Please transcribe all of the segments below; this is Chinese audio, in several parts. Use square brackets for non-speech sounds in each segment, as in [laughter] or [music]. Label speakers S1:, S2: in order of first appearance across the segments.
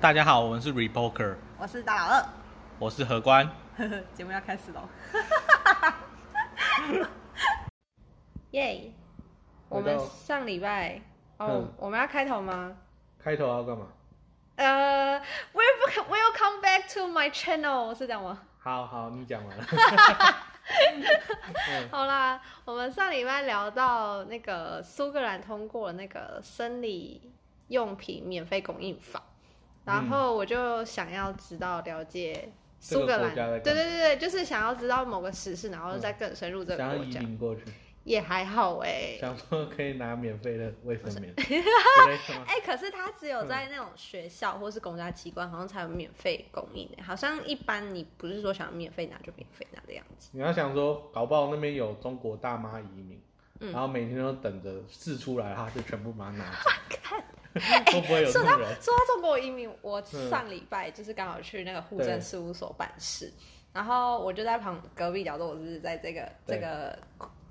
S1: 大家好，我们是 Repoker，
S2: 我是大老二
S1: 我是何官。
S2: 呵呵， [laughs] 节目要开始喽。
S3: 耶、我
S4: 回到
S3: 们上礼拜哦
S4: 嗯，
S3: 我们要开头吗？
S4: 开头要干嘛？
S3: 呃、w e l c o m e welcome back to my channel，是这样吗？
S4: 好好，你讲完了。
S3: 好啦，我们上礼拜聊到那个苏格兰通过那个生理用品免费供应法，然后我就想要知道了解苏格兰，
S4: 嗯这个国家在干嘛
S3: 对对对对，就是想要知道某个时事，然后再更深入这
S4: 想
S3: 个
S4: 要
S3: 国
S4: 移
S3: 家，
S4: 民过去，
S3: 也还好哎、
S4: 想说可以拿免费的卫
S3: [laughs]
S4: 生棉，之类的吗
S3: 哎、可是它只有在那种学校或是公家机关，好像才有免费供应、欸，好像一般你不是说想要免费拿就免费拿的样子。
S4: 你要想说，搞不好那边有中国大妈移民，
S3: 嗯
S4: 然后每天都等着试出来，他就全部把它拿
S3: [laughs]
S4: 走。会不会有这种人？
S3: 说到中国移民，我
S4: 嗯
S3: 上礼拜就是刚好去那个户政
S4: 对
S3: 事务所办事，然后我就在旁隔壁角落，我是在这个这
S4: 对
S3: 个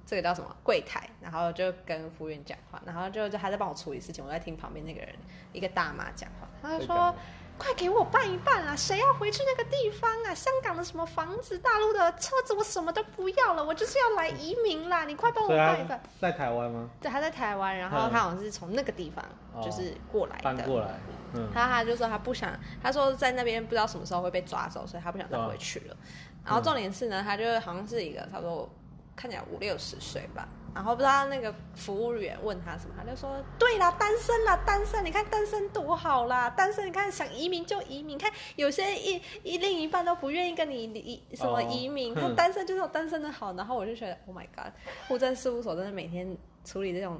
S3: 这个叫什么柜台，然后就跟服务员讲话，然后就就还在帮我处理事情，我在听旁边那个人一个大妈讲话，她就
S4: 会
S3: 说。
S4: 讲吗
S3: 快给我办一办啊！谁要回去那个地方啊？香港的什么房子、大陆的车子，我什么都不要了，我就是要来移民啦！你快帮我
S4: 所以
S3: 办一
S4: 他
S3: 办。
S4: 在台湾吗？
S3: 对，他在台湾，然后
S4: 嗯
S3: 他好像是从那个地方
S4: 哦
S3: 就是过来
S4: 搬
S3: 的。
S4: 过来，嗯，
S3: 他他就说他不想，他说在那边不知道什么时候会被抓走，所以他不想再回去了。然后重点是呢，他就好像是一个差不多看起来五六十岁吧，然后不知道那个服务员问他什么，他就说对啦，单身啦，单身，你看单身多好啦，单身你看想移民就移民，看有些一一另一半都不愿意跟你移什么
S4: 哦
S3: 移民，
S4: 哼
S3: 看单身就是有单身的好。然后我就觉得 Oh my God，户政事务所真的每天处理这种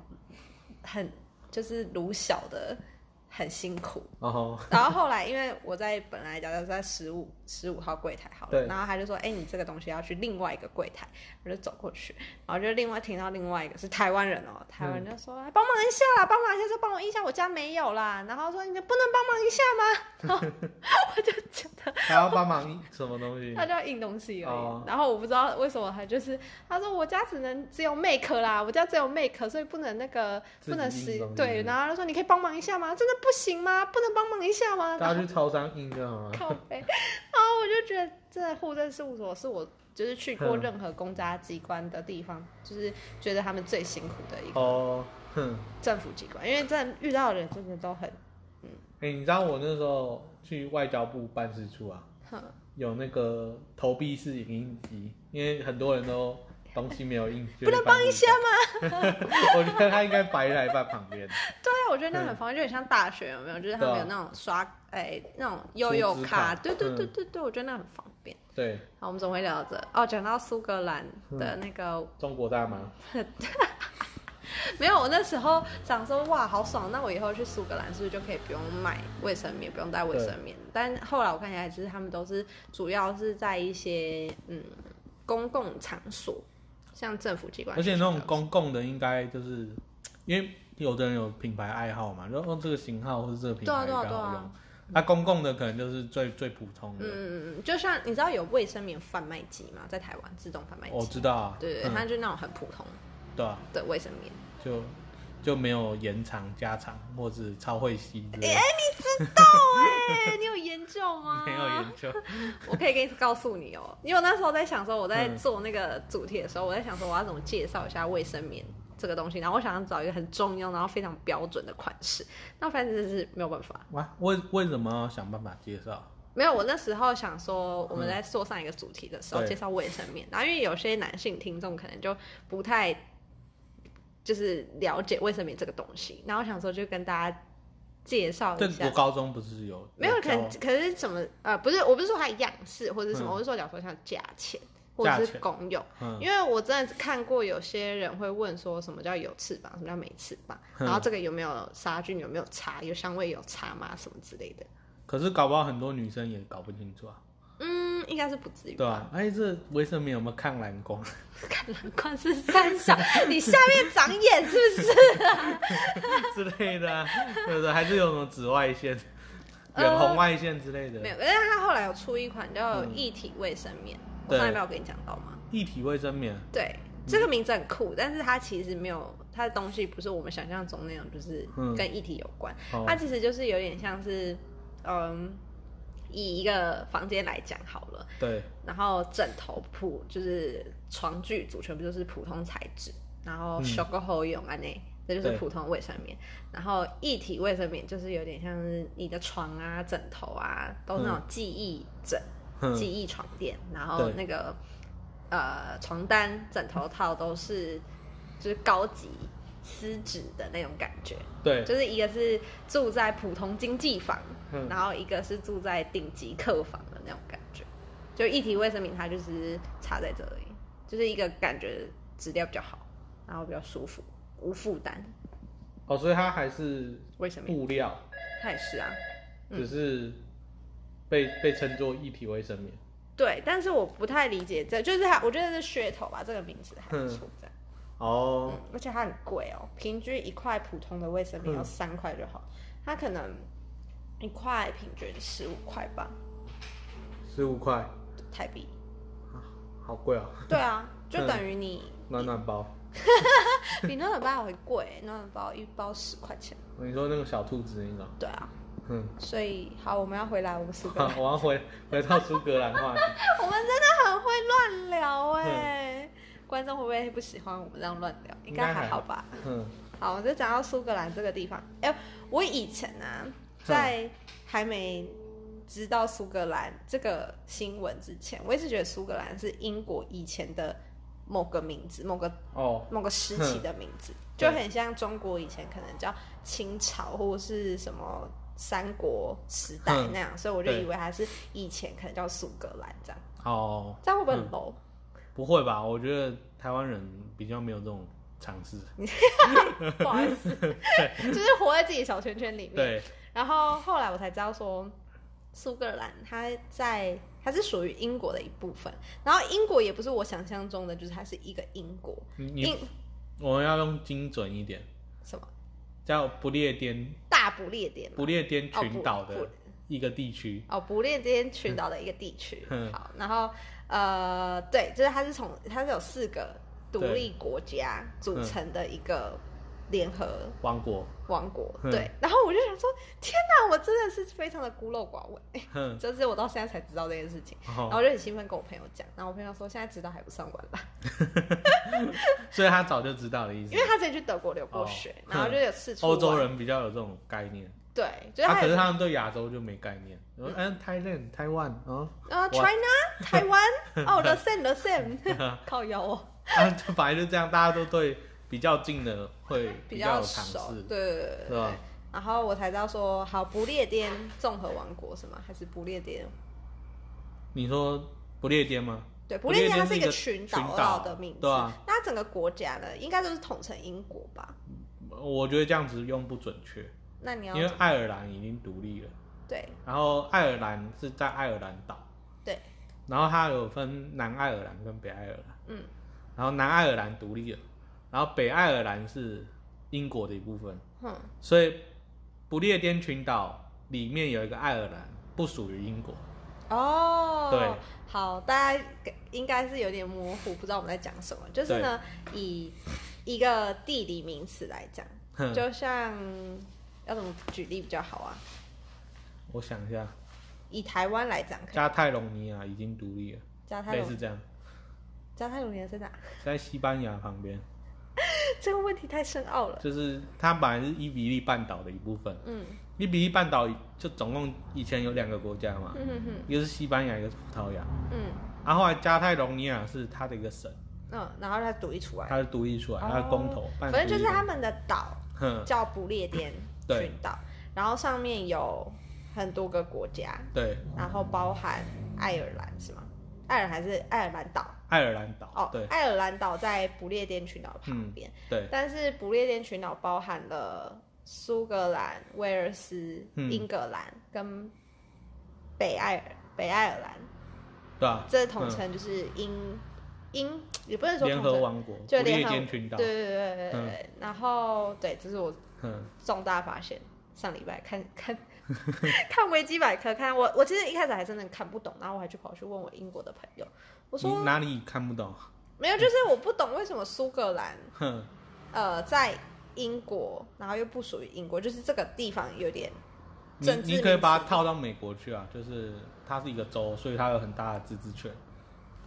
S3: 很就是鲁小的很辛苦。
S4: 然后
S3: 然后后来，因为我在本来假设在十五十五号柜台好了，
S4: 对
S3: 然后他就说：“哎、你这个东西要去另外一个柜台。”我就走过去，然后就另外听到另外一个是台湾人哦，台湾
S4: 嗯
S3: 人就说：“哎帮忙一下啦，帮忙一下，说帮我一下，我家没有啦。”然后说：“你不能帮忙一下吗？”
S4: 还要帮忙什么东西？
S3: [laughs] 他就要印东西而已。
S4: 嗯哦
S3: 然后我不知道为什么他就是他说：“我家只能只有 make 啦，我家只有 make，所以不能那个
S4: 自己
S3: 不能
S4: 印
S3: 使
S4: 东西嗯
S3: 对。”然后他就说：“你可以帮忙一下吗？真的不行吗？不能帮忙一下吗？”
S4: 大家去超商印就好了。
S3: [laughs] 靠背。然后我就觉得，这户政事务所是我就是去过
S4: 嗯
S3: 任何公家机关的地方，就是觉得他们最辛苦的一个
S4: 哦，哼。
S3: 政府机关，因为真的遇到的人真的都很，
S4: 哎、你知道我那时候去外交部办事处啊，
S3: 哼
S4: 有那个投币式影印机，因为很多人都东西没有印，
S3: 哎不能帮一下
S4: 吗？ [laughs] 我觉得他应该摆在摆旁边，
S3: 对啊，我觉得那很方便，就很像大学有没有？就是他
S4: 对
S3: 们
S4: 啊
S3: 有那种刷，哎、那种悠悠
S4: 储值
S3: 卡，
S4: 卡
S3: 对对
S4: 嗯
S3: 对对对，我觉得那很方便。
S4: 对
S3: 好，我们总会聊到这哦。讲到苏格兰的那个
S4: 中国大
S3: 嗯
S4: 妈，
S3: [laughs] 没有，我那时候想说哇，好爽！那我以后去苏格兰是不是就可以不用买卫生棉，不用带卫生棉？但后来我看起来，其实他们都是主要是在一些嗯公共场所，像政府机关，
S4: 而且那种公共的应该就是因为有的人有品牌爱好嘛，然后哦这个型号或是这个品
S3: 对啊
S4: 牌比
S3: 对
S4: 较
S3: 啊
S4: 好
S3: 对啊
S4: 用，那、公共的可能就是最最普通的，
S3: 嗯嗯嗯，就像你知道有卫生棉贩卖机吗？在台湾自动贩卖
S4: 我
S3: 机，
S4: 知道啊，
S3: 对对对，
S4: 嗯
S3: 它就那种很普通
S4: 对啊，
S3: 的卫生棉。
S4: 就就没有延长、加长或是超会吸之类的。
S3: 哎、你有研究 [laughs] 吗？
S4: 没有研究，
S3: 我可以给你告诉你哦，因为我那时候在想说，我在做那个主题的时候，我在想说我要怎么介绍一下卫生棉这个东西，然后我想要找一个很中庸，然后非常标准的款式，那反正就是没有办法。
S4: 哇，为为什么要想办法介绍？
S3: 没有，我那时候想说，我们在做上一个主题的时候、
S4: 对
S3: 介绍卫生棉，然后因为有些男性听众可能就不太就是了解卫生棉这个东西，然后我想说就跟大家介绍
S4: 这
S3: 一下
S4: 国。高中不是有
S3: 没有，可能
S4: 教
S3: 可是怎么呃，不是，我不是说它样式或者什么，
S4: 嗯
S3: 我是说，假如说像价钱或者
S4: 价
S3: 是
S4: 钱
S3: 公用，
S4: 嗯
S3: 因为我真的看过有些人会问说什么叫有翅膀，什么叫没翅膀，
S4: 嗯
S3: 然后这个有没有杀菌，有没有差，有香味有差吗，什么之类的。
S4: 可是搞不好很多女生也搞不清楚啊，
S3: 嗯，应该是不至于
S4: 对
S3: 吧？
S4: 吧、哎，这卫生棉有没有抗蓝
S3: [laughs]
S4: 光？
S3: 看蓝光是三小，你下面长眼是不
S4: [laughs]
S3: 是？
S4: 之类的、啊， [laughs] 对不对？还是有什么紫外线、
S3: 呃
S4: 远红外线之类的？
S3: 没有，因为他后来有出一款叫
S4: 嗯
S3: 一体卫生棉，我
S4: 对
S3: 上一拜有跟你讲到吗？
S4: 一体卫生棉，
S3: 对，
S4: 嗯
S3: 这个名字很酷，但是它其实没有它的东西不是我们想象中那样，就是
S4: 嗯
S3: 跟议题有关。
S4: 哦
S3: 它其实就是有点像是嗯，以一个房间来讲好了，
S4: 对，
S3: 然后枕头铺就是床具组全部就是普通材质，然后
S4: 嗯
S3: 手工后用啊那。这就是
S4: 对
S3: 普通卫生棉，然后一体卫生棉就是有点像是你的床啊、枕头啊，都是那
S4: 嗯
S3: 种记忆枕、记
S4: 哼，
S3: 忆床垫，然后
S4: 对
S3: 那个呃床单、枕头套都是就是高级丝质的那种感觉，
S4: 对，
S3: 就是一个是住在普通经济房，
S4: 嗯
S3: 然后一个是住在顶级客房的那种感觉。就一体卫生棉，它就是差在这里，就是一个感觉质量比较好，然后比较舒服，无负担。
S4: 哦，所以它还是
S3: 卫生棉
S4: 布料，
S3: 它也是啊，
S4: 只是被被称作一体卫生棉。
S3: 对，但是我不太理解这，就是它，我觉得是噱头吧，这个名字还不错，
S4: 嗯
S3: 这样，
S4: 哦，
S3: 嗯，而且它很贵哦，平均一块普通的卫生棉要三块就好，它可能一块平均十五块吧，
S4: 十五块，
S3: 台币，
S4: 好贵啊！
S3: 对啊， [laughs] 就等于你
S4: 暖暖包，
S3: 比暖暖包还贵， [laughs] 暖暖包一包十块钱。
S4: 你说那个小兔子那种，
S3: 对啊，
S4: 嗯，
S3: 所以好，我们要回来，我们是个
S4: 好，，我要回回到苏格兰话题。
S3: [laughs] 我们真的很会乱聊哎、观众会不会不喜欢我们这样乱聊？应该
S4: 应该
S3: 还
S4: 还好
S3: 好吧。
S4: 嗯，
S3: 好，我就讲到苏格兰这个地方。哎、我以前啊，在还没知道苏格兰这个新闻之前，我一直觉得苏格兰是英国以前的某个名字，某个
S4: 哦，
S3: 某个时期的名字，就很像中国以前可能叫清朝或是什么三国时代
S4: 哼
S3: 那样，所以我就
S4: 对
S3: 以为它是以前可能叫苏格兰这样，
S4: 哦，
S3: 这样会不会很 low？、
S4: 不会吧？我觉得台湾人比较没有这种尝试。
S3: 不好意思，就是活在自己的小圈圈里面。
S4: 对，
S3: 然后后来我才知道说，苏格兰它在它是属于英国的一部分，然后英国也不是我想象中的，就是它是一个英国
S4: 你
S3: 英
S4: 你我们要用精准一点，
S3: 什么
S4: 叫不列颠
S3: 大不列颠嘛
S4: 不列颠
S3: 哦
S4: 群
S3: 不
S4: 岛
S3: 不
S4: 的一个地区。
S3: 哦，不列颠群岛的一个地
S4: [laughs]
S3: 区。
S4: 嗯
S3: 好，然后呃，对，就是它是从它是有四个独立国家组成的一个联合
S4: 王国，
S3: 王国。
S4: 嗯
S3: 对，然后我就想说，天哪，我真的是非常的孤陋寡闻，
S4: 哼，
S3: 就是我到现在才知道这件事情。然后
S4: 哦，
S3: 我就很兴奋跟我朋友讲，然后我朋友说现在知道还不算晚吧，
S4: 所以他早就知道的意思
S3: 因为。他之前去德国留过学，
S4: 嗯哦
S3: 然后就
S4: [laughs]
S3: 有四处
S4: 欧洲
S3: 玩，
S4: 人比较有这种概念，
S3: 对，就是
S4: 啊，
S3: 他
S4: 可
S3: 有
S4: 是他们对亚洲就没概念。嗯，Thailand、台湾啊，
S3: 呃 China 台湾哦 the same the same，靠
S4: [laughs]
S3: 腰哦。
S4: [laughs] 啊，就反正就这样，大家都对比较近的会
S3: 比
S4: 较
S3: 较
S4: 有尝
S3: 熟，
S4: 试，
S3: 对对对对
S4: 是吧？
S3: 然后我才知道说，好，不列颠综合王国是吗？还是不列颠？
S4: 你说不列颠吗？
S3: 对，
S4: 不
S3: 不
S4: 列
S3: 列
S4: 颠
S3: 颠它是一
S4: 是一个
S3: 个群岛
S4: 群岛
S3: 岛的名字，
S4: 对啊
S3: 那它整个国家呢，应该都是统称英国吧？
S4: 我觉得这样子用不准确，
S3: 那你要
S4: 因为爱尔兰已经独立了，
S3: 对
S4: 然后爱尔兰是在爱尔兰岛，
S3: 对，
S4: 然后它有分南爱尔兰跟北爱尔兰，
S3: 嗯，
S4: 然后南爱尔兰独立了，然后北爱尔兰是英国的一部分，
S3: 哼，
S4: 所以不列颠群岛里面有一个爱尔兰，不属于英国。
S3: 哦，
S4: 对，
S3: 好，大家应该是有点模糊，不知道我们在讲什么。就是呢，以一个地理名词来讲，
S4: 哼，
S3: 就像要怎么举例比较好啊？
S4: 我想一下，
S3: 以台湾来讲，可以
S4: 加泰隆尼亚已经独立了，
S3: 加泰
S4: 类
S3: 隆
S4: 似这样，
S3: 加泰罗尼亚在哪？ [laughs]
S4: 在西班牙旁边，
S3: 这个问题太深奥了。
S4: 就是它本来是伊比利半岛的一部分。
S3: 嗯
S4: 伊比利半岛就总共以前有两个国家嘛，
S3: 嗯哼哼，
S4: 一个是西班牙，一个是葡萄牙。
S3: 嗯
S4: 然后后来加泰隆尼亚是它的一个省，
S3: 嗯，然后它独立出来，
S4: 它是独立出来，它是公投，
S3: 哦反
S4: 办
S3: 正就
S4: 独
S3: 是
S4: 立
S3: 他们的岛
S4: 哼，
S3: 叫不列颠
S4: 对
S3: 群岛，然后上面有很多个国家，
S4: 对，
S3: 然后包含爱尔兰是吗？爱尔兰还是爱尔兰岛
S4: 爱尔兰岛，
S3: 哦
S4: 对，嗯
S3: 爱尔兰岛在不列颠群岛旁边，
S4: 对，
S3: 但是不列颠群岛包含了苏格兰、威尔斯、
S4: 嗯
S3: 英格兰跟北爱尔北爱尔兰。
S4: 对啊吧？
S3: 这统称就是英、英，也不能说
S4: 嗯联
S3: 统
S4: 合
S3: 称，
S4: 王国，不
S3: 就
S4: 列
S3: 联合
S4: 颠群岛
S3: 对，对对对对对。然后对，这是我
S4: 嗯，
S3: 重大发现。上礼拜看 [laughs] 看看维基百科，看我我其实一开始还真的看不懂，然后我还去跑去问我英国的朋友，我
S4: 你
S3: 说
S4: 哪里看不懂？
S3: 没有，就是我不懂为什么苏格兰
S4: 哼，
S3: 呃在英国，然后又不属于英国，就是这个地方有点
S4: 你
S3: 政治
S4: 你可以
S3: 名
S4: 把
S3: 词
S4: 它套到美国去啊，就是它是一个州，所以它有很大的自治权。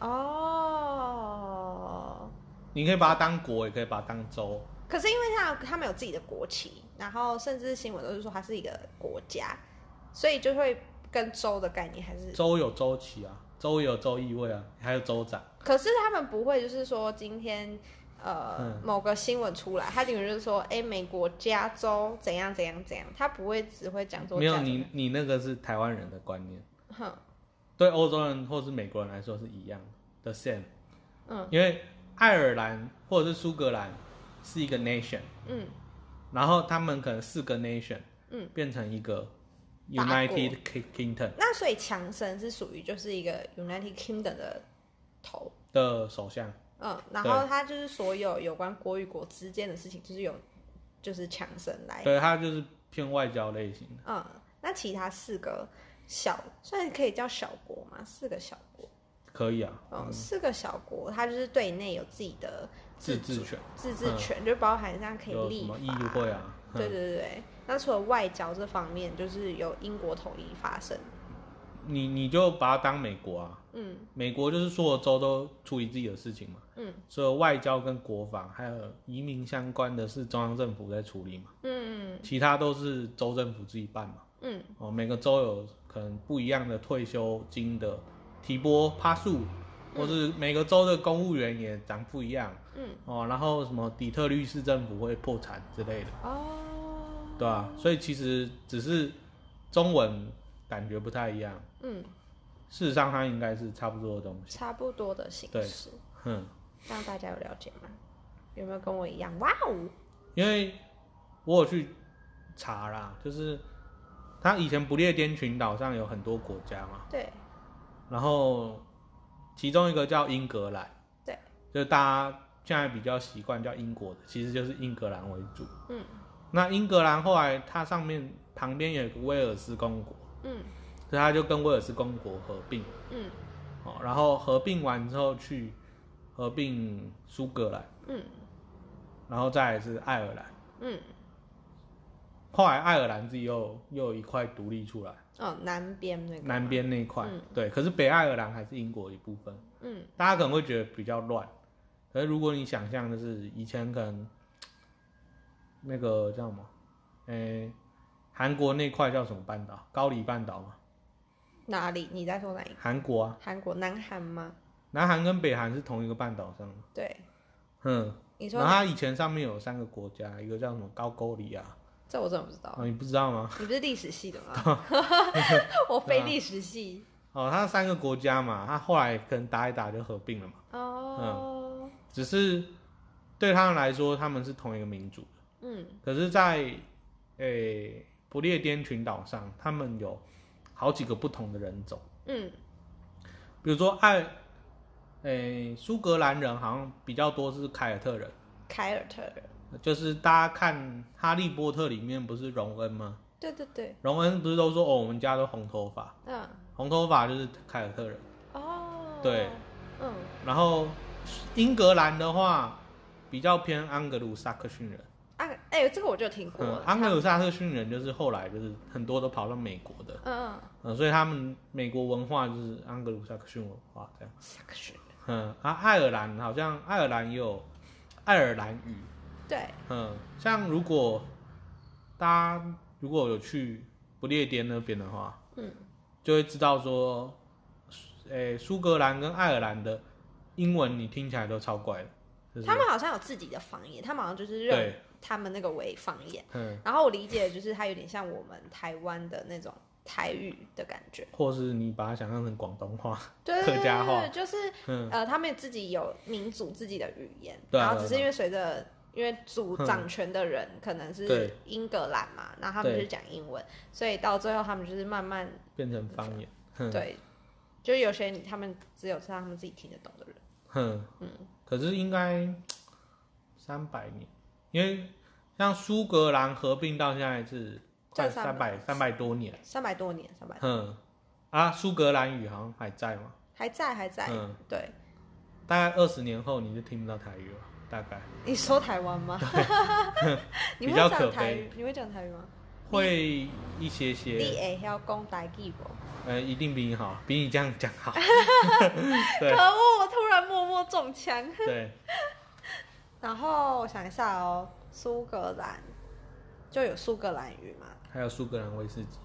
S3: 哦。
S4: 你可以把它当国，也可以把它当州。
S3: 可是因为他他们有自己的国旗，然后甚至新闻都是说它是一个国家，所以就会跟州的概念还是。
S4: 州有州旗啊，州也有州议会啊，还有州长。
S3: 可是他们不会就是说今天呃、
S4: 嗯
S3: 某个新闻出来，他顶多就是说哎、美国加州怎样怎样怎样，他不会只会讲说
S4: 没有
S3: 加州
S4: 你，你那个是台湾人的观念，
S3: 哼
S4: 对欧洲人或是美国人来说是一样的 the same。
S3: 嗯，
S4: 因为爱尔兰或者是苏格兰是一个 nation，
S3: 嗯
S4: 然后他们可能四个 nation，
S3: 嗯，
S4: 变成一个
S3: 大国
S4: United Ki- Kingdom
S3: 那所以强森是属于就是一个 United Kingdom 的头，
S4: 的首相。
S3: 嗯，然后他就是所有有关国与国之间的事情，就是有就是强森来，
S4: 对，他就是偏外交类型的。
S3: 嗯，那其他四个小算可以叫小国嘛，四个小国，
S4: 可以啊，
S3: 嗯，四个小国，它就是对内有自己的
S4: 自
S3: 主
S4: 治权，嗯
S3: 自治权，就包含像可以
S4: 有什
S3: 立
S4: 么议
S3: 法，
S4: 会啊？嗯
S3: 对对对对。那除了外交这方面，就是有英国统一发生，
S4: 你你就把它当美国啊，
S3: 嗯，
S4: 美国就是所有州都处理自己的事情嘛，
S3: 嗯，
S4: 所有外交跟国防还有移民相关的是中央政府在处理嘛，
S3: 嗯
S4: 其他都是州政府自己办嘛，
S3: 嗯
S4: 哦，每个州有可能不一样的退休金的提拨趴数，或是每个州的公务员也长不一样，
S3: 嗯，
S4: 哦，然后什么底特律市政府会破产之类的，
S3: 哦，
S4: 对吧、所以其实只是中文感觉不太一样，
S3: 嗯，
S4: 事实上它应该是差不多的东西，
S3: 差不多的形
S4: 对
S3: 式，
S4: 哼。
S3: 让大家有了解吗？有没有跟我一样？哇哦，
S4: 因为我有去查啦，就是它以前不列颠群岛上有很多国家嘛，
S3: 对，
S4: 然后其中一个叫英格兰，
S3: 对，
S4: 就是大家现在比较习惯叫英国的，其实就是英格兰为主。
S3: 嗯
S4: 那英格兰后来它上面旁边有一个威尔斯公国，
S3: 嗯
S4: 所以它就跟威尔斯公国合并
S3: 嗯
S4: 哦，然后合并完之后去合并苏格兰，
S3: 嗯
S4: 然后再来是爱尔兰。
S3: 嗯，
S4: 后来爱尔兰自己又又有一块独立出来，
S3: 哦，南边那个吗
S4: 南，边那一块，
S3: 嗯
S4: 对。可是北爱尔兰还是英国一部分，
S3: 嗯
S4: 大家可能会觉得比较乱。可是如果你想象的是以前可能那个叫什么，诶、韩国那块叫什么半岛？高丽半岛嘛，
S3: 哪里？你在说哪一个？
S4: 韩国啊，
S3: 韩国南韩吗？的
S4: 南韩跟北韩是同一个半岛上的，
S3: 对，
S4: 嗯。
S3: 你说
S4: 然后它以前上面有三个国家，一个叫什么高句丽啊，
S3: 这我真的不知道。
S4: 哦，你不知道吗？
S3: 你不是历史系的吗？ [laughs] 我
S4: 啊
S3: 非历史系。
S4: 哦，它三个国家嘛，它后来可能打一打就合并了嘛。
S3: 哦，
S4: 只是对他们来说，他们是同一个民族。
S3: 嗯
S4: 可是在，诶不列颠群岛上，他们有好几个不同的人种，
S3: 嗯
S4: 比如说爱，诶苏格兰人好像比较多是凯尔特人，
S3: 凯尔特人，
S4: 就是大家看《哈利波特》里面不是荣恩吗？
S3: 对对对，
S4: 荣恩不是都说哦，我们家都红头发，
S3: 嗯，
S4: 红头发就是凯尔特人。
S3: 哦，
S4: 对，
S3: 嗯，
S4: 然后英格兰的话，比较偏安格鲁萨克逊人。
S3: 啊，哎，这个我就听过
S4: 嗯
S3: 了，，
S4: 安格鲁萨克逊人就是后来就是很多都跑到美国的，
S3: 嗯，
S4: 嗯，所以他们美国文化就是安格鲁萨克逊文化这样。
S3: 萨克逊，
S4: 嗯，啊，爱尔兰好像爱尔兰也有爱尔兰语，
S3: 对，
S4: 嗯，像如果大家如果有去不列颠那边的话，
S3: 嗯，
S4: 就会知道说，诶、苏格兰跟爱尔兰的英文你听起来都超怪的，就是
S3: 他们好像有自己的方言，他们好像就是认
S4: 对，
S3: 他们那个为方言。
S4: 嗯，
S3: 然后我理解的就是它有点像我们台湾的那种台语的感觉，
S4: 或是你把它想象成广东话，
S3: 对对
S4: 客
S3: 对
S4: 家
S3: 对
S4: 话
S3: 对，就是
S4: 嗯，
S3: 呃，他们自己有民族自己的语言，
S4: 对啊
S3: 然后只
S4: 对啊
S3: 是因为随着因为主
S4: 哼
S3: 掌权的人可能是
S4: 对
S3: 英格兰嘛，然后他们就
S4: 对
S3: 是讲英文，所以到最后他们就是慢慢
S4: 变成方
S3: [laughs]
S4: 言，哼
S3: 对，就是有些人他们只有是他们自己听得懂的人，
S4: 哼，嗯可是应该三百年，因为像苏格兰合并到现在是快
S3: 这
S4: 三
S3: 三
S4: 百三百多年，
S3: 三百多年，三百
S4: 哼，啊，苏格兰语好像还在嘛，
S3: 还在还在，
S4: 嗯
S3: 对，
S4: 大概二十年后你就听不到台语了，大概
S3: 你说台湾吗？你
S4: 比
S3: 会
S4: 较
S3: 讲 [laughs]
S4: 可
S3: 台
S4: 悲
S3: 语？你会讲台语吗？
S4: 会一些
S3: 你
S4: 些，
S3: 会晓讲台语无？
S4: 呃，一定比你好，比你这样讲
S3: [laughs]
S4: 好。
S3: 可
S4: 对
S3: 恶，我突然默默中枪。
S4: 对，
S3: 然后我想一下哦，苏格兰就有苏格兰语嘛？
S4: 还有苏格兰威士忌，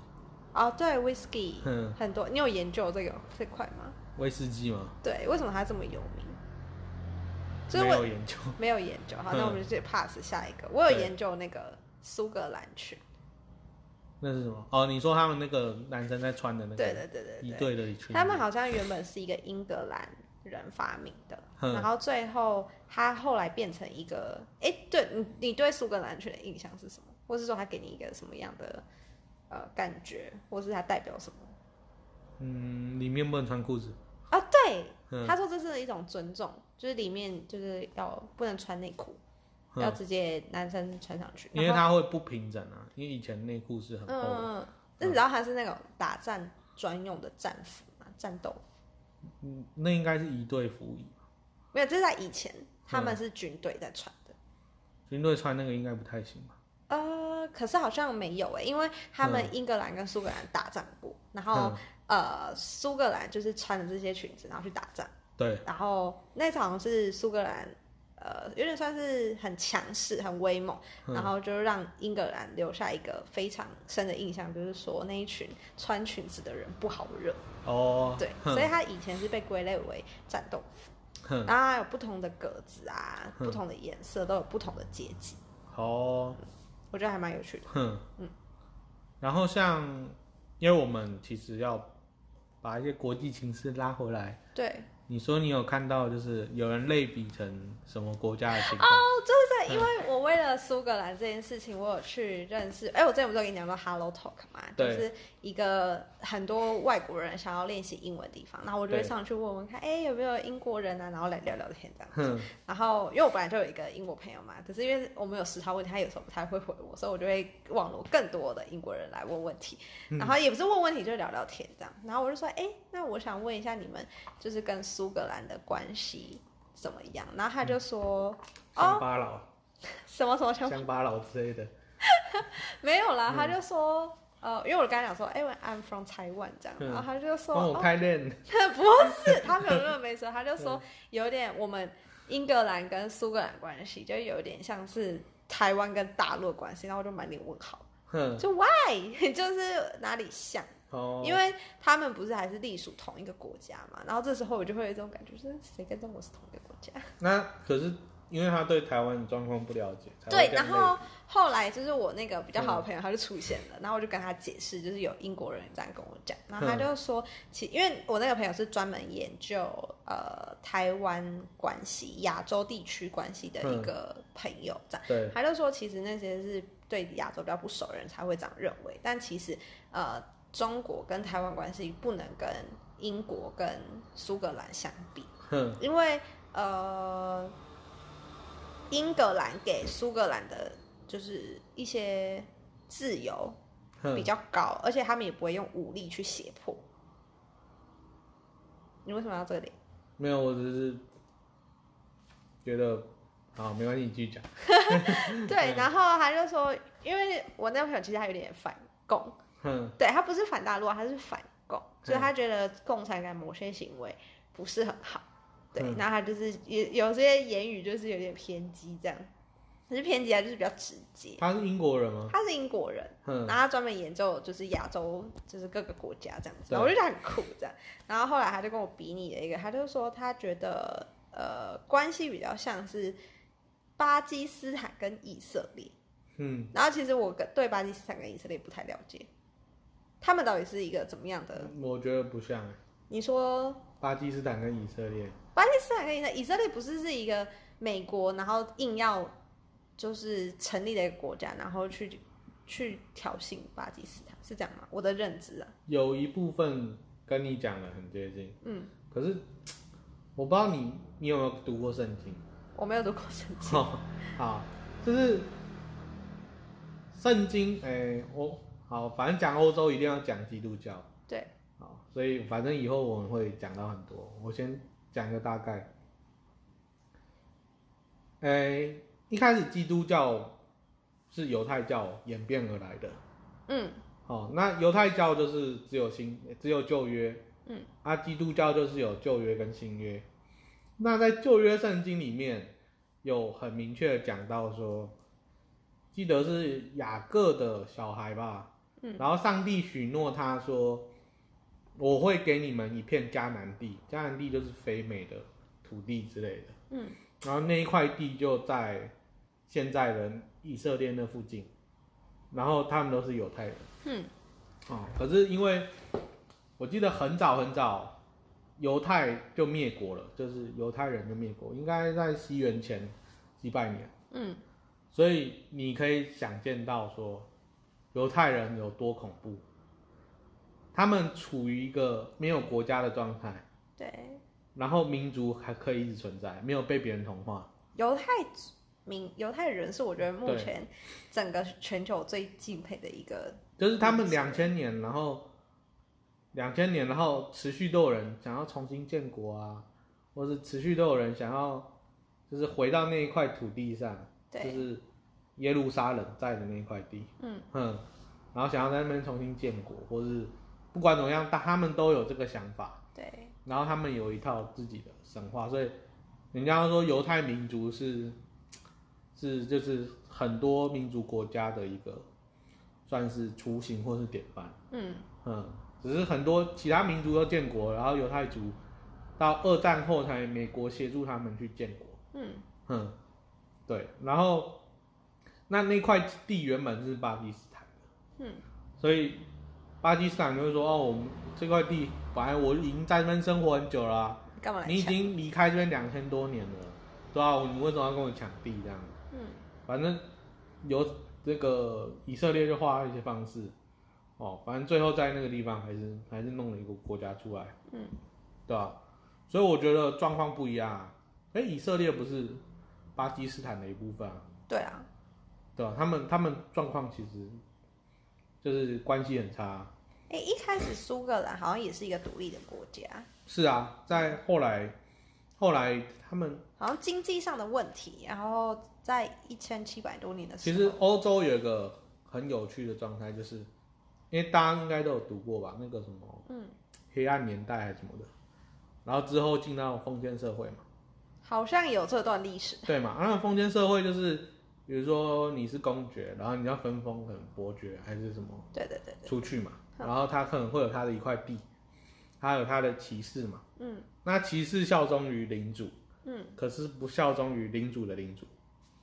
S3: 哦，对，whisky
S4: [laughs] 嗯
S3: 很多，你有研究这个这块吗？
S4: 威士忌嘛，
S3: 对，为什么它这么有名？就是
S4: 没
S3: 我
S4: 有研究。
S3: 没有研究，好，
S4: 嗯
S3: 那我们就直接 pass 下一个。我有
S4: 对
S3: 研究那个苏格兰曲，
S4: 那是什么？哦，你说他们那个男生在穿的那个，
S3: 对对对对
S4: 一
S3: 对，
S4: 对的裙子，
S3: 他们好像原本是一个英格兰人发明的，
S4: 嗯
S3: 然后最后他后来变成一个，哎、对你你对苏格兰曲的印象是什么？或是说他给你一个什么样的呃感觉，或是它代表什么？
S4: 嗯，里面不能穿裤子，
S3: 啊，对，
S4: 嗯
S3: 他说这是一种尊重，就是里面就是要不能穿内裤，
S4: 嗯
S3: 要直接男生穿上去，
S4: 因为
S3: 然后
S4: 它会不平整啊，因为以前内裤是很
S3: 嗯
S4: 厚的，
S3: 嗯，嗯但你知道他是那种打战专用的战服嘛，战斗服
S4: 嗯，那应该是一对服役，
S3: 没有，这是在以前他
S4: 嗯
S3: 们是军队在穿的。
S4: 军队穿那个应该不太行吧？
S3: 呃，可是好像没有诶、因为他
S4: 嗯
S3: 们英格兰跟苏格兰打仗过，然后、呃，苏格兰就是穿着这些裙子然后去打仗，
S4: 对，
S3: 然后那次好像是苏格兰呃有点算是很强势、很威猛，
S4: 嗯
S3: 然后就让英格兰留下一个非常深的印象，就是说那一群穿裙子的人不好惹，
S4: 哦，
S3: 对，
S4: 哼
S3: 所以他以前是被归类为战斗服，
S4: 哼
S3: 然后它有不同的格子啊，
S4: 嗯
S3: 不同的颜色都有不同的阶级，
S4: 好哦，
S3: 我觉得还蛮有趣的。
S4: 哼，
S3: 嗯
S4: 然后像，因为我们其实要把一些国际情势拉回来，
S3: 对，
S4: 你说你有看到就是有人类比成什么国家的情
S3: 哦，
S4: 况？
S3: 就是在，因为我为了苏格兰这件事情，我有去认识。哎、我之前不是有跟你讲过 Hello Talk 嘛，就
S4: 对
S3: 是一个很多外国人想要练习英文的地方，然后我就会
S4: 对
S3: 上去问问看，哎、有没有英国人啊，然后来聊聊天这样。
S4: 哼，
S3: 然后因为我本来就有一个英国朋友嘛，可是因为我们有时差问题，他有时候不太会回我，所以我就会网罗更多的英国人来问问题，
S4: 嗯
S3: 然后也不是问问题，就是聊聊天这样。然后我就说，哎、那我想问一下你们就是跟苏格兰的关系怎么样？然后他就说，哦
S4: 乡。巴佬、
S3: 什么什么想法
S4: 乡巴佬之类的，
S3: 没有
S4: 嗯
S3: 啦，他就说。呃，因为我刚才讲说，哎、我 i m from 台湾这样，
S4: 嗯
S3: 然后他就说，
S4: 帮我
S3: 哦， [laughs]
S4: 开练，
S3: 不是，他没有那么没说，他就说有点我
S4: 嗯
S3: 们英格兰跟苏格兰关系就有点像是台湾跟大陆的关系，然后我就满脸问号，
S4: 哼，
S3: 就 why [laughs] 就是哪里像？
S4: 嗯哦，
S3: 因为他们不是还是隶属同一个国家嘛，然后这时候我就会有一种感觉，就是谁跟中国是同一个国家？
S4: 那可是因为他对台湾的状况不了解，才会嗯
S3: 对，
S4: 这样
S3: 然
S4: 类
S3: 后后来就是我那个比较好的朋友，他就出现了，然后我就跟他解释，就是有英国人这样跟我讲，然后
S4: 嗯
S3: 他就说，其因为我那个朋友是专门研究呃台湾关系、亚洲地区关系的
S4: 嗯
S3: 一个朋友，这样，
S4: 对，
S3: 他就说其实那些是对亚洲比较不熟的人才会这样认为，但其实呃中国跟台湾关系不能跟英国跟苏格兰相比，
S4: 哼，
S3: 因为呃，英格兰给苏格兰的就是一些自由比
S4: 哼，
S3: 较高，而且他们也不会用武力去胁迫。你为什么要这个脸？
S4: 没有，我只是觉得，好，没关系，你继续讲，
S3: 对，然后他就说，因为我那个朋友其实他有点反共，
S4: 哼，
S3: 对他不是反大陆啊，他是反共，所以他觉得共产党某些行为不是很好。对，
S4: 嗯
S3: 那他就是有有些言语就是有点偏激这样，不是偏激啊，就是比较直接。
S4: 他是英国人吗？
S3: 他是英国人，
S4: 哼
S3: 然，后他专门研究就是亚洲，就是各个国家这样子，
S4: 对
S3: 然后我就觉得很酷这样。然后后来他就跟我比拟了一个，他就说他觉得呃关系比较像是巴基斯坦跟以色列，
S4: 嗯，
S3: 然后其实我跟对巴基斯坦跟以色列不太了解，他们到底是一个怎么样的？
S4: 我觉得不像欸
S3: 你说
S4: 巴基斯坦跟以色列，
S3: 巴基斯坦跟以色列以色列不是是一个美国，然后硬要就是成立的一个国家，然后去去挑衅巴基斯坦，是这样吗？我的认知啊，
S4: 有一部分跟你讲的很接近，嗯，可是我不知道你你有没有读过圣
S3: [laughs]
S4: 经，
S3: 我没有读过圣经。
S4: 哦，好，就是圣经，哎、我好，反正讲欧洲一定要讲基督教，
S3: 对，
S4: 好，所以反正以后我们会讲到很多，我先讲一个大概。哎、一开始基督教是犹太教演变而来的，
S3: 嗯，
S4: 哦，那犹太教就是只有新，只有旧约，嗯，啊，基督教就是有旧约跟新约。那在旧约圣经里面有很明确地讲到说，记得是雅各的小孩吧，嗯，然后上帝许诺他说，我会给你们一片迦南地，迦南地就是肥美的土地之类的，嗯，然后那一块地就在现在的以色列那附近，然后他们都是犹太人。哦，可是因为我记得很早很早，犹太就灭国了，就是犹太人就灭国，应该在西元前几百年。
S3: 嗯，
S4: 所以你可以想见到说，犹太人有多恐怖。他们处于一个没有国家的状态，
S3: 对，
S4: 然后民族还可以一直存在，没有被别人同化。
S3: 犹太民犹太人是我觉得目
S4: 对
S3: 前整个全球最敬佩的一个，
S4: 就是他们
S3: 嗯
S4: 两千年，然后两千年，然后持续都有人想要重新建国啊，或是持续都有人想要就是回到那一块土地上，就
S3: 对
S4: 是耶路撒冷在的那一块地，嗯然后想要在那边重新建国，或是不管怎么样，但他们都有这个想法，
S3: 对，
S4: 然后他们有一套自己的神话，所以人家说犹太民族是是就是很多民族国家的一个算是雏形或是典范。
S3: 嗯，
S4: 嗯，只是很多其他民族都建国，然后犹太族到二战后才美国协助他们去建国。
S3: 嗯
S4: 嗯，对，然后那那块地原本是巴基斯坦的，
S3: 嗯，
S4: 所以巴基斯坦就会说哦，我们这块地本来我已经在那边生活很久了啊、
S3: 干嘛来
S4: 你已
S3: 抢？
S4: 经离开这边两千多年了，对啊，你为什么要跟我抢地这样？
S3: 嗯，
S4: 反正有这个以色列就画了一些方式，哦，反正最后在那个地方还是还是弄了一个国家出来，
S3: 嗯，
S4: 对吧、所以我觉得状况不一样啊。哎，以色列不是巴基斯坦的一部分啊，
S3: 对啊，
S4: 对吧、他们他们状况其实就是关系很差啊、
S3: 哎、一开始苏格兰好像也是一个独立的国家，
S4: 是啊，在后来后来他们
S3: 好像经济上的问题，然后在一千七百多年的时
S4: 其
S3: 候，
S4: 实欧洲有一个很有趣的状态，就是因为大家应该都有读过吧，那个什么，嗯，黑暗年代还是什么的，然后之后进到封建社
S3: [laughs]
S4: 会嘛，
S3: 好像有这段历史，
S4: 对嘛？然后封建社会就是，比如说你是公爵，然后你要分封可能伯爵还是什么
S3: 对对对对，
S4: 出去嘛，然后他可能会有他的一块地，他有他的骑士嘛，嗯，那骑士效忠于领主，嗯，可是不效忠于领主的领主。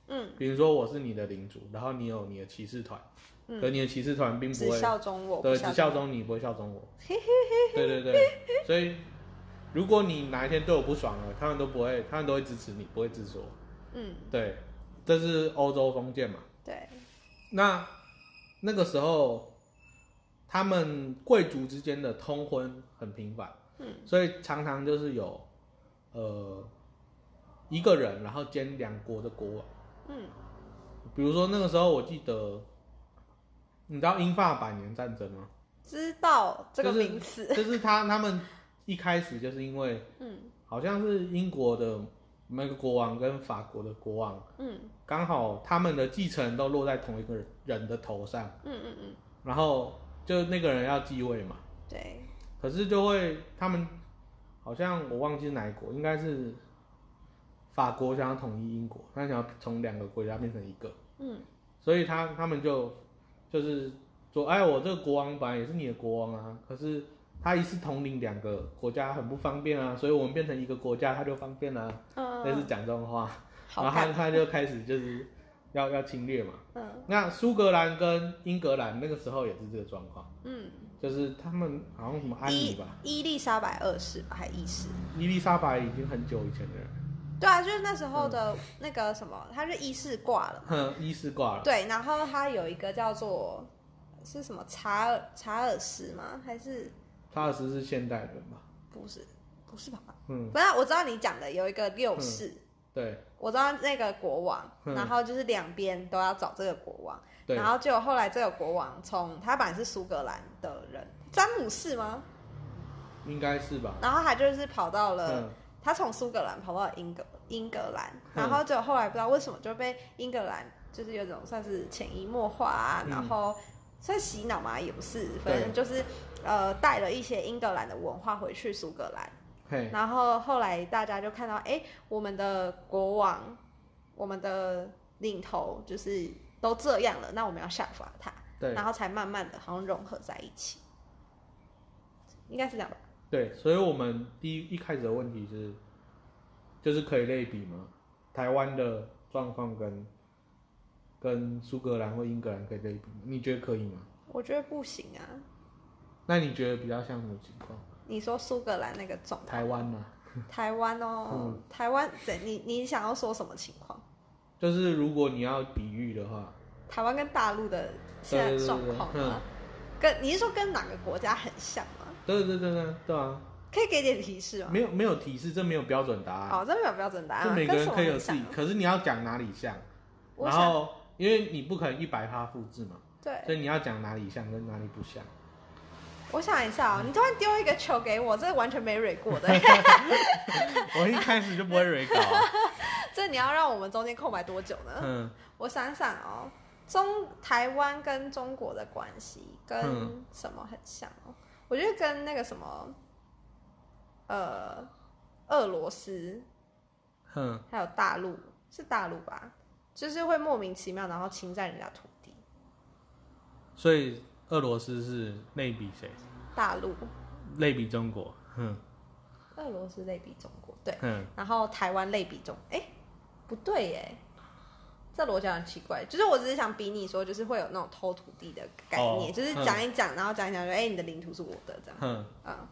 S3: 嗯，
S4: 比如说我是你的领主，然后你有你的骑士团，
S3: 嗯
S4: 可你的骑士团并不
S3: 只
S4: 会
S3: 效忠我，不
S4: 对只效
S3: 忠
S4: 忠你，不会效忠我。对对对，所以如果你哪一天对我不爽了，他们都不会，他们都会支持你，不会支持我。
S3: 嗯，
S4: 对，这是欧洲封建嘛。
S3: 对，
S4: 那那个时候，他们贵族之间的通婚很频繁，嗯，所以常常就是有呃一个人，然后兼两国的国王，
S3: 嗯，
S4: 比如说那个时候我记得，你知道英法百年战争吗？
S3: 知道这个
S4: 就是
S3: 名词，
S4: 就是他他们一开始就是因为
S3: 嗯
S4: 好像是英国的那个国王跟法国的国王，
S3: 嗯
S4: 刚好他们的继承都落在同一个人的头上。
S3: 嗯嗯嗯，
S4: 然后就那个人要继位嘛，
S3: 对，
S4: 可是就会他们好像我忘记是哪一国，应该是法国想要统一英国，他想要从两个国家变成一个，
S3: 嗯，
S4: 所以他他们就就是说，哎，我这个国王本来也是你的国王啊，可是他一次统领两个国家很不方便啊，所以我们变成一个国家他就方便啦、
S3: 嗯
S4: 类似讲这种话，
S3: 好
S4: 然后他
S3: 看，
S4: 他就开始就是要要侵略嘛，
S3: 嗯
S4: 那苏格兰跟英格兰那个时候也是这个状况，
S3: 嗯，
S4: 就是他们好像什么安妮
S3: 伊
S4: 吧，
S3: 伊丽莎白二世吧，还伊世。
S4: 伊丽莎白已经很久以前的人，
S3: 对啊，就是那时候
S4: 嗯
S3: 的那个什么，他是伊世挂了嘛，
S4: [laughs] 哼，伊斯挂了，
S3: 对，然后他有一个叫做是什么查尔查尔斯吗？还是
S4: 查尔斯是现代人嘛，
S3: 不是？不是吧？
S4: 嗯，
S3: 不是啊，我知道你讲的有一个六世，
S4: 对
S3: 我知道那个国王，
S4: 嗯
S3: 然后就是两边都要找这个国王，
S4: 对
S3: 然，后结果后来这个国王从他本来是苏格兰的人，詹姆士吗？
S4: 应该是吧，
S3: 然后他就是跑到了、
S4: 嗯，
S3: 他从苏格兰跑到英格英格兰，
S4: 嗯
S3: 然后就后来不知道为什么就被英格兰就是有种算是潜移默化啊，
S4: 嗯
S3: 然后所以洗脑嘛也不是，
S4: 对
S3: 反正就是呃带了一些英格兰的文化回去苏格兰，
S4: 嘿，
S3: 然后后来大家就看到，哎，我们的国王，我们的领头就是都这样了，那我们要效法他，
S4: 对
S3: 然后才慢慢的好像融合在一起，应该是这样吧？
S4: 对，所以我们第一一开始的问题是，就是可以类比吗？台湾的状况跟跟苏格兰或英格兰可以类比吗？你觉得可以吗？
S3: 我觉得不行啊，
S4: 那你觉得比较像什么情况？
S3: 你说苏格兰那个总
S4: 台湾吗？
S3: 台湾哦，
S4: 嗯
S3: 台湾，对你你想要说什么情况？
S4: 就是如果你要比喻的话，
S3: 台湾跟大陆的现在的状况
S4: 对对对对嗯
S3: 吗？跟你是说跟哪个国家很像吗？
S4: 对对对对对啊，
S3: 可以给点提示吗？
S4: 没有没有提示，这没有标准答案，
S3: 好、这没有标准答案
S4: 就
S3: 啊，
S4: 每个
S3: 跟
S4: 人
S3: 什么
S4: 可以有
S3: 很
S4: 自
S3: 像
S4: 己，可是你要讲哪里像，
S3: 我
S4: 然
S3: 想
S4: 后因为你不可能一百趴复制嘛，
S3: 对，
S4: 所以你要讲哪里像跟哪里不像。 [laughs]
S3: 我想一下哦，你突然丢一个球给我，这完全没蕊过的， [laughs]
S4: 我一开始就不会 re 稿、啊
S3: 这你要让我们中间空白多久呢？
S4: 嗯，
S3: 我想想哦，中台湾跟中国的关系跟
S4: 嗯
S3: 什么很像哦？我觉得跟那个什么，呃，俄罗斯
S4: 哼，
S3: 还有大陆是大陆吧，就是会莫名其妙然后侵占人家土地。
S4: 所以俄罗斯是类比谁？
S3: 大陆、
S4: 类比中国，哼
S3: 俄罗斯类比中国，对，
S4: 哼，
S3: 然后台湾类比中，哎，不对耶，这逻辑很奇怪。就是我只是想比你说，就是会有那种偷土地的概念，
S4: 哦
S3: 就是讲一讲，然后讲一讲，就哎，你的领土是我的这样。
S4: 哼，
S3: 嗯，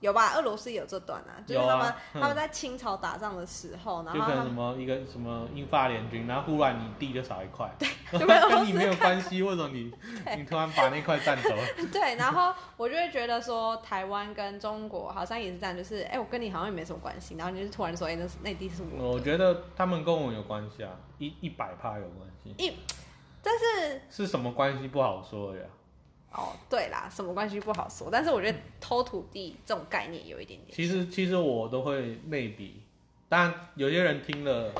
S3: 有吧？俄罗斯有这段啊，就是
S4: 有
S3: 他
S4: 啊
S3: 们、
S4: 嗯
S3: 他们在清朝打仗的时候，然
S4: 就
S3: 后
S4: 可
S3: 他
S4: 能
S3: 们
S4: 什么一个什么英法联军，然后忽然你地就少一块，
S3: [laughs] 就被俄罗斯
S4: 跟你没有关系，为什么你你突然把那块占走了？
S3: 对，然后我就会觉得说，台湾跟中国好像也是这样，就是哎、我跟你好像也没什么关系，然后你就是突然说，哎、那是那地是我的。
S4: [laughs] 我觉得他们跟我有关系啊，一一百趴有关系，
S3: 但是
S4: 是什么关系不好说呀、
S3: 哦，对啦，什么关系不好说，但是我觉得偷土地这种概念有一点点。
S4: 其实其实我都会类比，当然有些人听了，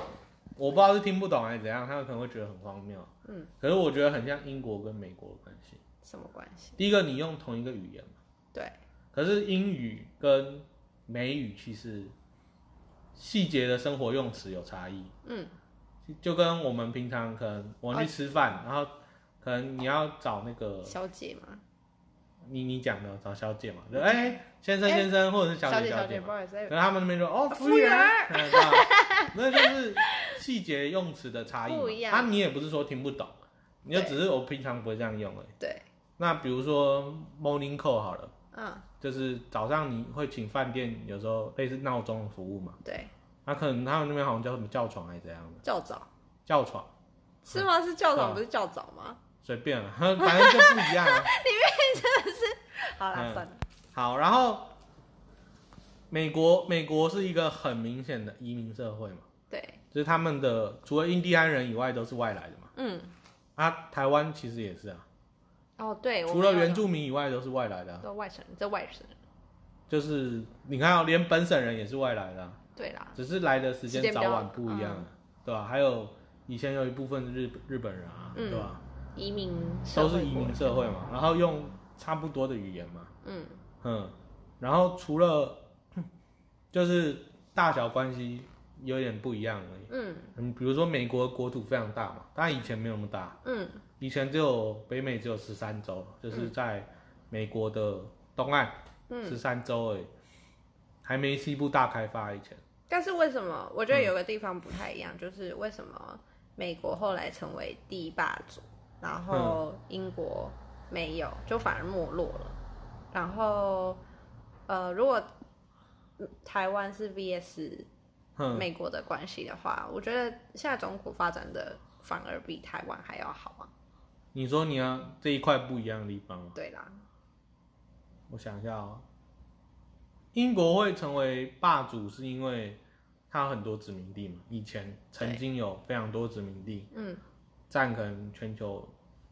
S4: 我不知道是听不懂还是怎样，他们可能会觉得很荒谬。
S3: 嗯，
S4: 可是我觉得很像英国跟美国的关系。
S3: 什么关系？
S4: 第一个，你用同一个语言嘛，
S3: 对，
S4: 可是英语跟美语其实细节的生活用词有差异。
S3: 嗯，
S4: 就跟我们平常可能我们去吃
S3: 哦
S4: 饭，然后可能你要找那个
S3: 小姐嘛，
S4: 你你讲的找小姐嘛，就哎、先生先生、或者是小
S3: 姐
S4: 姐
S3: 小
S4: 姐嘛
S3: 不。好意思，哎
S4: 可是他们那边说哦，
S3: 服
S4: 服
S3: 务
S4: 务
S3: 员
S4: 员， [laughs] 嗯对啊那就是细节用词的差异嘛
S3: 不一样
S4: 啊，你也不是说听不懂，你就
S3: 对
S4: 只是我平常不会这样用而已。
S3: 对，
S4: 那比如说 morning call 好了，
S3: 嗯，
S4: 就是早上你会请饭店有时候类似闹钟的服务嘛，
S3: 对，
S4: 那、可能他们那边好像叫什么叫床还是怎样的，
S3: 较早
S4: 叫床
S3: 是吗？是较早，
S4: 嗯
S3: 不是较早吗？
S4: 随便了， [laughs] 反正就不一样啊。 [laughs]
S3: 好啦，
S4: 嗯
S3: 算了，
S4: 好，然后美国美国是一个很明显的移民社会嘛，
S3: 对，
S4: 就是他们的除了印第安人以外都是外来的嘛。
S3: 嗯，
S4: 啊，台湾其实也是啊，
S3: 哦，对，我
S4: 除
S3: 们
S4: 了
S3: 要
S4: 原
S3: 讲
S4: 住民以外都是外来的啊、
S3: 都外省人，这外省人，
S4: 就是你看、啊，连本省人也是外来的啊、
S3: 对啦，
S4: 只是来的时
S3: 时间
S4: 间
S3: 比较
S4: 早晚不一样啊，对吧、还有以前有一部分是日日本人啊，
S3: 嗯
S4: 对吧？
S3: 移民社
S4: 都
S3: 会嗯
S4: 是移
S3: 过来
S4: 民社会嘛，然后用差不多的语言嘛，
S3: 嗯，
S4: 嗯，然后除了就是大小关系有点不一样而已，
S3: 嗯
S4: 嗯，比如说美国国土非常大嘛，当然以前没有那么大，
S3: 嗯
S4: 以前只有北美只有十三州，就是在美国的东岸，
S3: 嗯
S4: 十三州而已，还没西部大开发以前。
S3: 但是为什么？我觉得有个地方不太一样，就是为什么美国后来成为第一霸主，然后英国没有，就反而没落了。然后，呃，如果嗯台湾是 VS
S4: 哼，
S3: 美国的关系的话，我觉得现在中国发展的反而比台湾还要好啊。
S4: 你说你要这一块不一样的地方吗，
S3: 对啦，
S4: 我想一下哦。英国会成为霸主，是因为它有很多殖民地嘛，以前曾经有非常多殖民地，
S3: 嗯，
S4: 占可能全球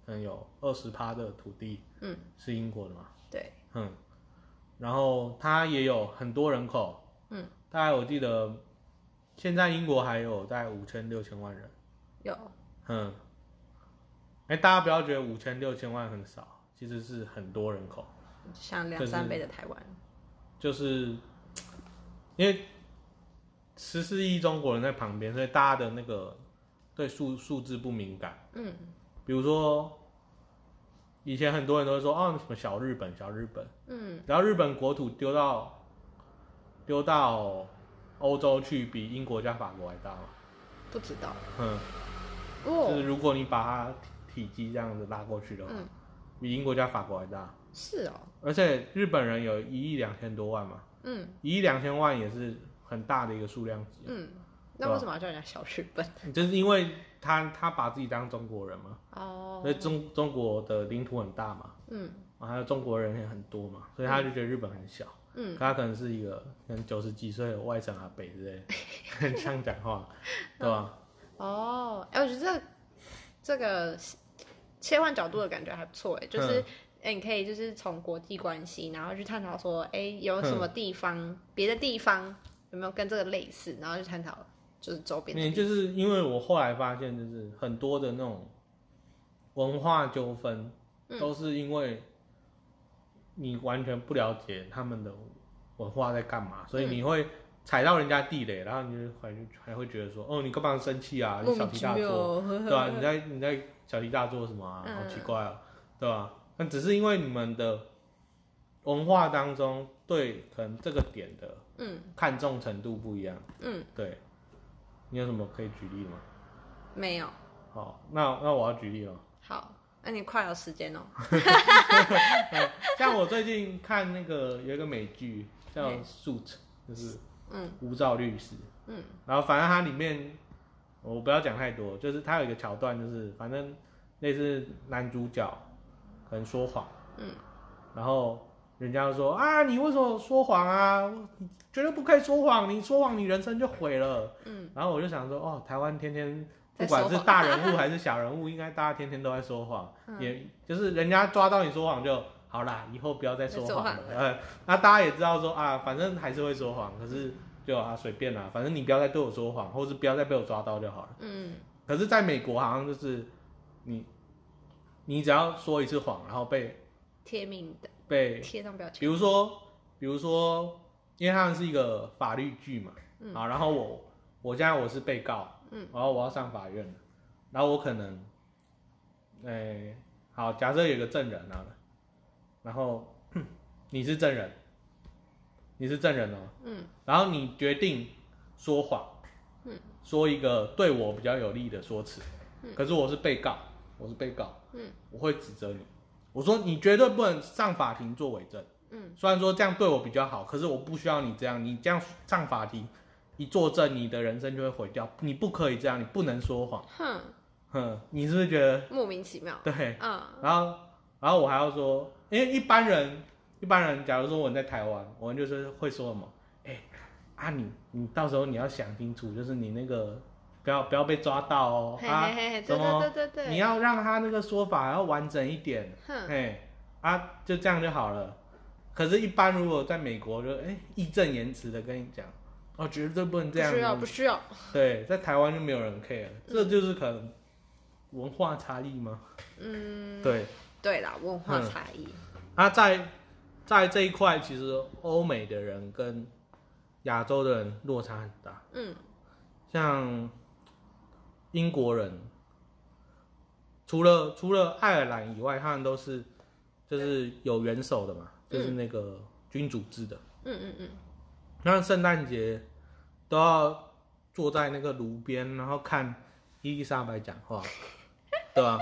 S4: 可能有二十趴的土地，
S3: 嗯，
S4: 是英国的嘛。
S3: 对，
S4: 嗯，然后它也有很多人口，
S3: 嗯，
S4: 大概我记得现在英国还有大概五千六千万人，
S3: 有
S4: 嗯，哎，大家不要觉得五千六千万很少，其实是很多人口，
S5: 像两
S4: 就是
S5: 三倍的台湾，
S4: 就是因为十四亿中国人在旁边，所以大家的那个对数数字不敏感。
S5: 嗯，
S4: 比如说以前很多人都会说哦什么小日本，小日本，
S5: 嗯，
S4: 然后日本国土丢到丢到欧洲去，比英国加法国还大嘛。
S5: 不知道
S4: 嗯，就
S5: 哦
S4: 是，如果你把它体积这样子拉过去的话，
S5: 嗯
S4: 比英国加法国还大。
S5: 是哦，
S4: 而且日本人有一亿两千多万嘛，
S5: 嗯
S4: 一亿两千万也是很大的一个数量级。啊
S5: 嗯，那为什么要叫人家小日本？
S4: 就是因为他他把自己当中国人嘛，
S5: 哦
S4: 所，以中中国的领土很大嘛，
S5: 嗯
S4: 然后还有中国人也很多嘛，所以他就觉得日本很小。
S5: 嗯，
S4: 他可能是一个可能九十几岁的外省阿北之类
S5: [laughs]
S4: 的，这样讲话，
S5: 嗯
S4: 对吧？
S5: 哦，哎、我觉得这这个切换角度的感觉还不错，哎，就是。
S4: 嗯
S5: 哎、你可以就是从国际关系，然后去探讨说，哎、有什么地
S4: 嗯
S5: 方，别的地方有没有跟这个类似，然后去探讨就是周边的地
S4: 嗯，
S5: 方。
S4: 就是因为我后来发现，就是很多的那种文化纠纷，
S5: 嗯
S4: 都是因为你完全不了解他们的文化在干
S5: 嗯
S4: 嘛，所以你会踩到人家地雷，然后你就还还会觉得说，哦，你干嘛生气啊？你
S5: 莫
S4: 小
S5: 名
S4: 题
S5: 其
S4: 大
S5: 妙
S4: 做，
S5: 哦， [laughs]
S4: 对啊吧、你在你在小题大做什么
S5: 嗯
S4: 啊？好奇怪哦，对吧、那只是因为你们的文化当中对可能这个点的
S5: 嗯
S4: 看重程度不一样，
S5: 嗯，
S4: 对。你有什么可以举例吗？
S5: 没有。
S4: 好，那那我要举例了。
S5: 好，那你快有时间哦。
S4: 像我最近看那个有一个美剧
S5: [laughs]
S4: 叫《Suit》，就是
S5: 嗯
S4: 无照律师。
S5: 嗯
S4: 然后反正它里面我不要讲太多，就是它有一个桥段，就是反正类似男主角可能说谎，
S5: 嗯，
S4: 然后人家就说啊，你为什么说谎啊？你绝对不可以说谎，你说谎你人生就毁了。
S5: 嗯，
S4: 然后我就想说，哦，台湾天天
S5: 在
S4: 不管
S5: 说
S4: 是
S5: 谎
S4: 大人物还是小人物，应该大家天天都在说谎，
S5: 嗯
S4: 也就是人家抓到你说谎就好啦，以后不要再说
S5: 说
S4: 谎
S5: 谎
S4: 了。呃，那大家也知道说啊，反正还是会说谎，可是就啊随便啦，反正你不要再对我说谎，或是不要再被我抓到就好了。
S5: [laughs] 嗯
S4: 可是，在美国好像就是你，你只要说一次谎，然后被
S5: 贴名的
S4: 被
S5: 贴上标签。
S4: 比如说，比如说，因为他们是一个法律剧嘛，
S5: 嗯
S4: 啊，然后我我现在我是被告，
S5: 嗯，
S4: 然后我要上法院了，然后我可能，哎、好，假设有个证人啊，然后嗯你是证人，你是证人哦，
S5: 嗯，
S4: 然后你决定说谎，
S5: 嗯，
S4: 说一个对我比较有利的说辞，可是我是被告，我是被告，
S5: 嗯，
S4: 我会指责你，我说你绝对不能上法庭做伪证。
S5: 嗯
S4: 虽然说这样对我比较好，可是我不需要你这样，你这样上法庭一作证，你的人生就会毁掉。你不可以这样，你不能说谎。
S5: 哼，
S4: 哼，你是不是觉得
S5: 莫名其妙。
S4: 对？
S5: 嗯
S4: 然后，然后我还要说，因为一般人，一般人，假如说我在台湾，我们就是会说什么，哎、啊你你到时候你要想清楚，就是你那个不要不要被抓到哦
S5: 嘿
S4: 啊
S5: 嘿，嘿嘿，对
S4: 怎么
S5: 对对对
S4: 你
S5: 对。
S4: 要让他那个说法要完整一点。
S5: 哼，
S4: 哎、啊，就这样就好了。可是，一般如果在美国就，哎义正言辞的跟你讲，哦，绝对不能
S5: 不
S4: 这样
S5: 需嗯要
S4: 子
S5: 不需要。
S4: 对，在台湾就没有人 care，这就是可能文化差异吗？嗯，对。
S5: 对啦，文化
S4: 嗯
S5: 差异。
S4: 啊，在在这一块，其实欧美的人跟亚洲的人落差很大。
S5: 嗯
S4: 像英国人，除了除了爱尔兰以外，他们都是就是有元首的嘛，就是那个君主制的。
S5: 嗯嗯嗯，
S4: 那圣诞节都要坐在那个炉边，然后看伊丽莎白讲话，对吧、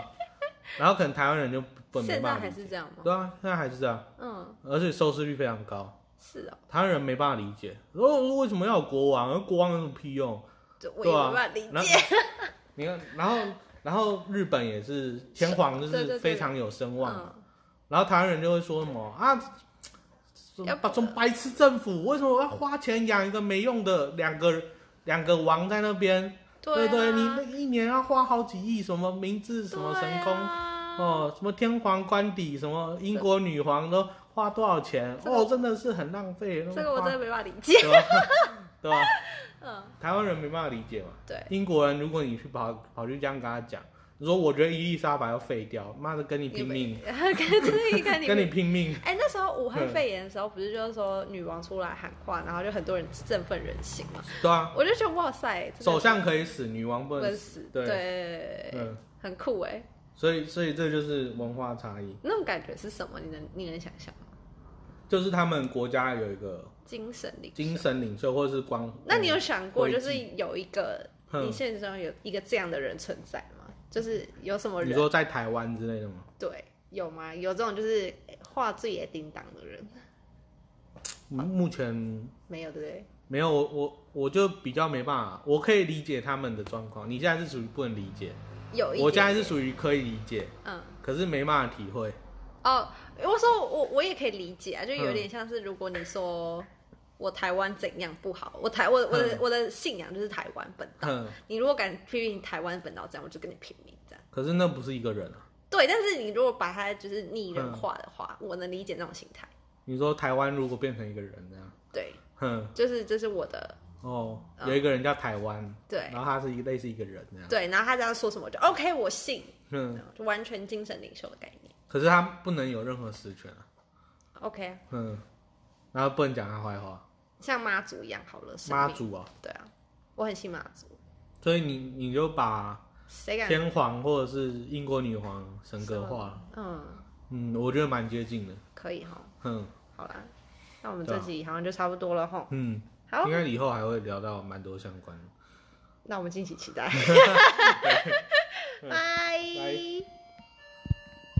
S4: 然后可能台湾人就不没
S5: 现在
S4: 办法
S5: 还
S4: 理解，
S5: 是这样吗？
S4: 对啊，现在还是这样，
S5: 嗯，
S4: 而且收视率非常高。
S5: 是哦，
S4: 台湾人没办法理解，哦，为什么要有国王？而国王有什么屁用？
S5: 这我也
S4: 对
S5: 没
S4: 啊
S5: 办法理
S4: 然后
S5: 解。嗯
S4: 你看，然后然后日本也是天皇，就
S5: 对对
S4: 是
S5: 对
S4: 非常有声望。
S5: 嗯，
S4: 然后台湾人就会说什么啊，这
S5: 要
S4: 把这种白痴政府为什么要花钱养一个没用的两个两个王在那边？对
S5: 啊
S4: 对，你那一年要花好几亿，什么明治什么神功、
S5: 对啊
S4: 哦，什么天皇官邸，什么英国女皇都花多少钱？
S5: 这个
S4: 哦，真的是很浪费。
S5: 这个我
S4: 花
S5: 真的没办法理解。
S4: 对吧？ [laughs] 对吧？
S5: 嗯，
S4: 台湾人没办法理解嘛。
S5: 对
S4: [laughs] 英国人，如果你去跑跑去这样跟他讲，你说我觉得伊丽莎白要废掉，妈的跟你拼命，
S3: 跟这一看你
S4: 跟你嗯拼命，
S3: 哎、那时候武汉肺炎的时候，不是就是说女王出来喊话，然后就很多人振奋人心嘛。[laughs]
S4: 对啊，
S3: 我就觉得哇塞，
S4: 首相
S3: 以
S4: 可以死，女王
S3: 不
S4: 不能
S3: 能
S4: 死，
S3: 死，
S4: 对
S3: 对，
S4: 嗯，
S3: 很酷哎，
S4: 所以所以这就是文化差异，
S3: 那种感觉是什么？你能你能想象吗？
S4: 就是他们国家有一个
S3: 精神领袖
S4: 精。神领袖或者是嗯光，
S3: 那你有想过，
S4: 轨迹
S3: 就是有一个
S4: 哼
S3: 你现实中有一个这样的人存在吗？就是有什么
S4: 你
S3: 人
S4: 说在台湾之类的吗？
S3: 对有吗？有这种就是话最也叮当的人
S4: 目目前
S3: 没有，对不对？
S4: 没有，我我我就比较没办法，我可以理解他们的状况。你现在是属于不能理解，
S3: 有一点
S4: 我现在是
S3: 点
S4: 属于可以理解，
S3: 嗯
S4: 可是没办法体会。
S3: 哦，我说我我也可以理解啊，就
S4: 嗯
S3: 有点像是如果你说。我台湾怎样不好？我台我我的
S4: 嗯
S3: 我的信仰就是台湾本岛。
S4: 哼，
S3: 你如果敢批评台湾本岛这样，我就跟你拼命这样。
S4: 可是那不是一个人啊。
S3: 对，但是你如果把它就是拟人化的话，我能理解那种心态。
S4: 你说台湾如果变成一个人这样，
S3: 对，
S4: 哼，
S3: 就是这是我的
S4: 哦，
S3: 嗯
S4: 有一个人叫台湾，
S3: 对
S4: 然后他是一类似一个人这样，
S3: 对，然后他这样说什么，我就 OK，我信，
S4: 哼，
S3: 就完全精神领袖的概念。
S4: 可是他不能有任何实权啊，
S3: OK，
S4: 哼，然后不能讲他坏话，
S3: 像妈祖一样好了，神
S4: 妈
S3: 明
S4: 祖啊，
S3: 对啊，我很信妈祖，
S4: 所以你你就把
S3: 谁敢
S4: 天皇或者是英国女皇神格化，？
S3: 嗯，
S4: 嗯，我觉得蛮接近的，
S3: 可以哈，
S4: 哼，
S3: 好啦，那我们
S4: 对
S3: 这
S4: 啊
S3: 集好像就差不多了哈。
S4: 嗯，
S3: 好
S4: 应，该以后还会聊到蛮多相关的。 [laughs]
S3: [laughs] 那我们敬请期待，拜
S4: 嗯拜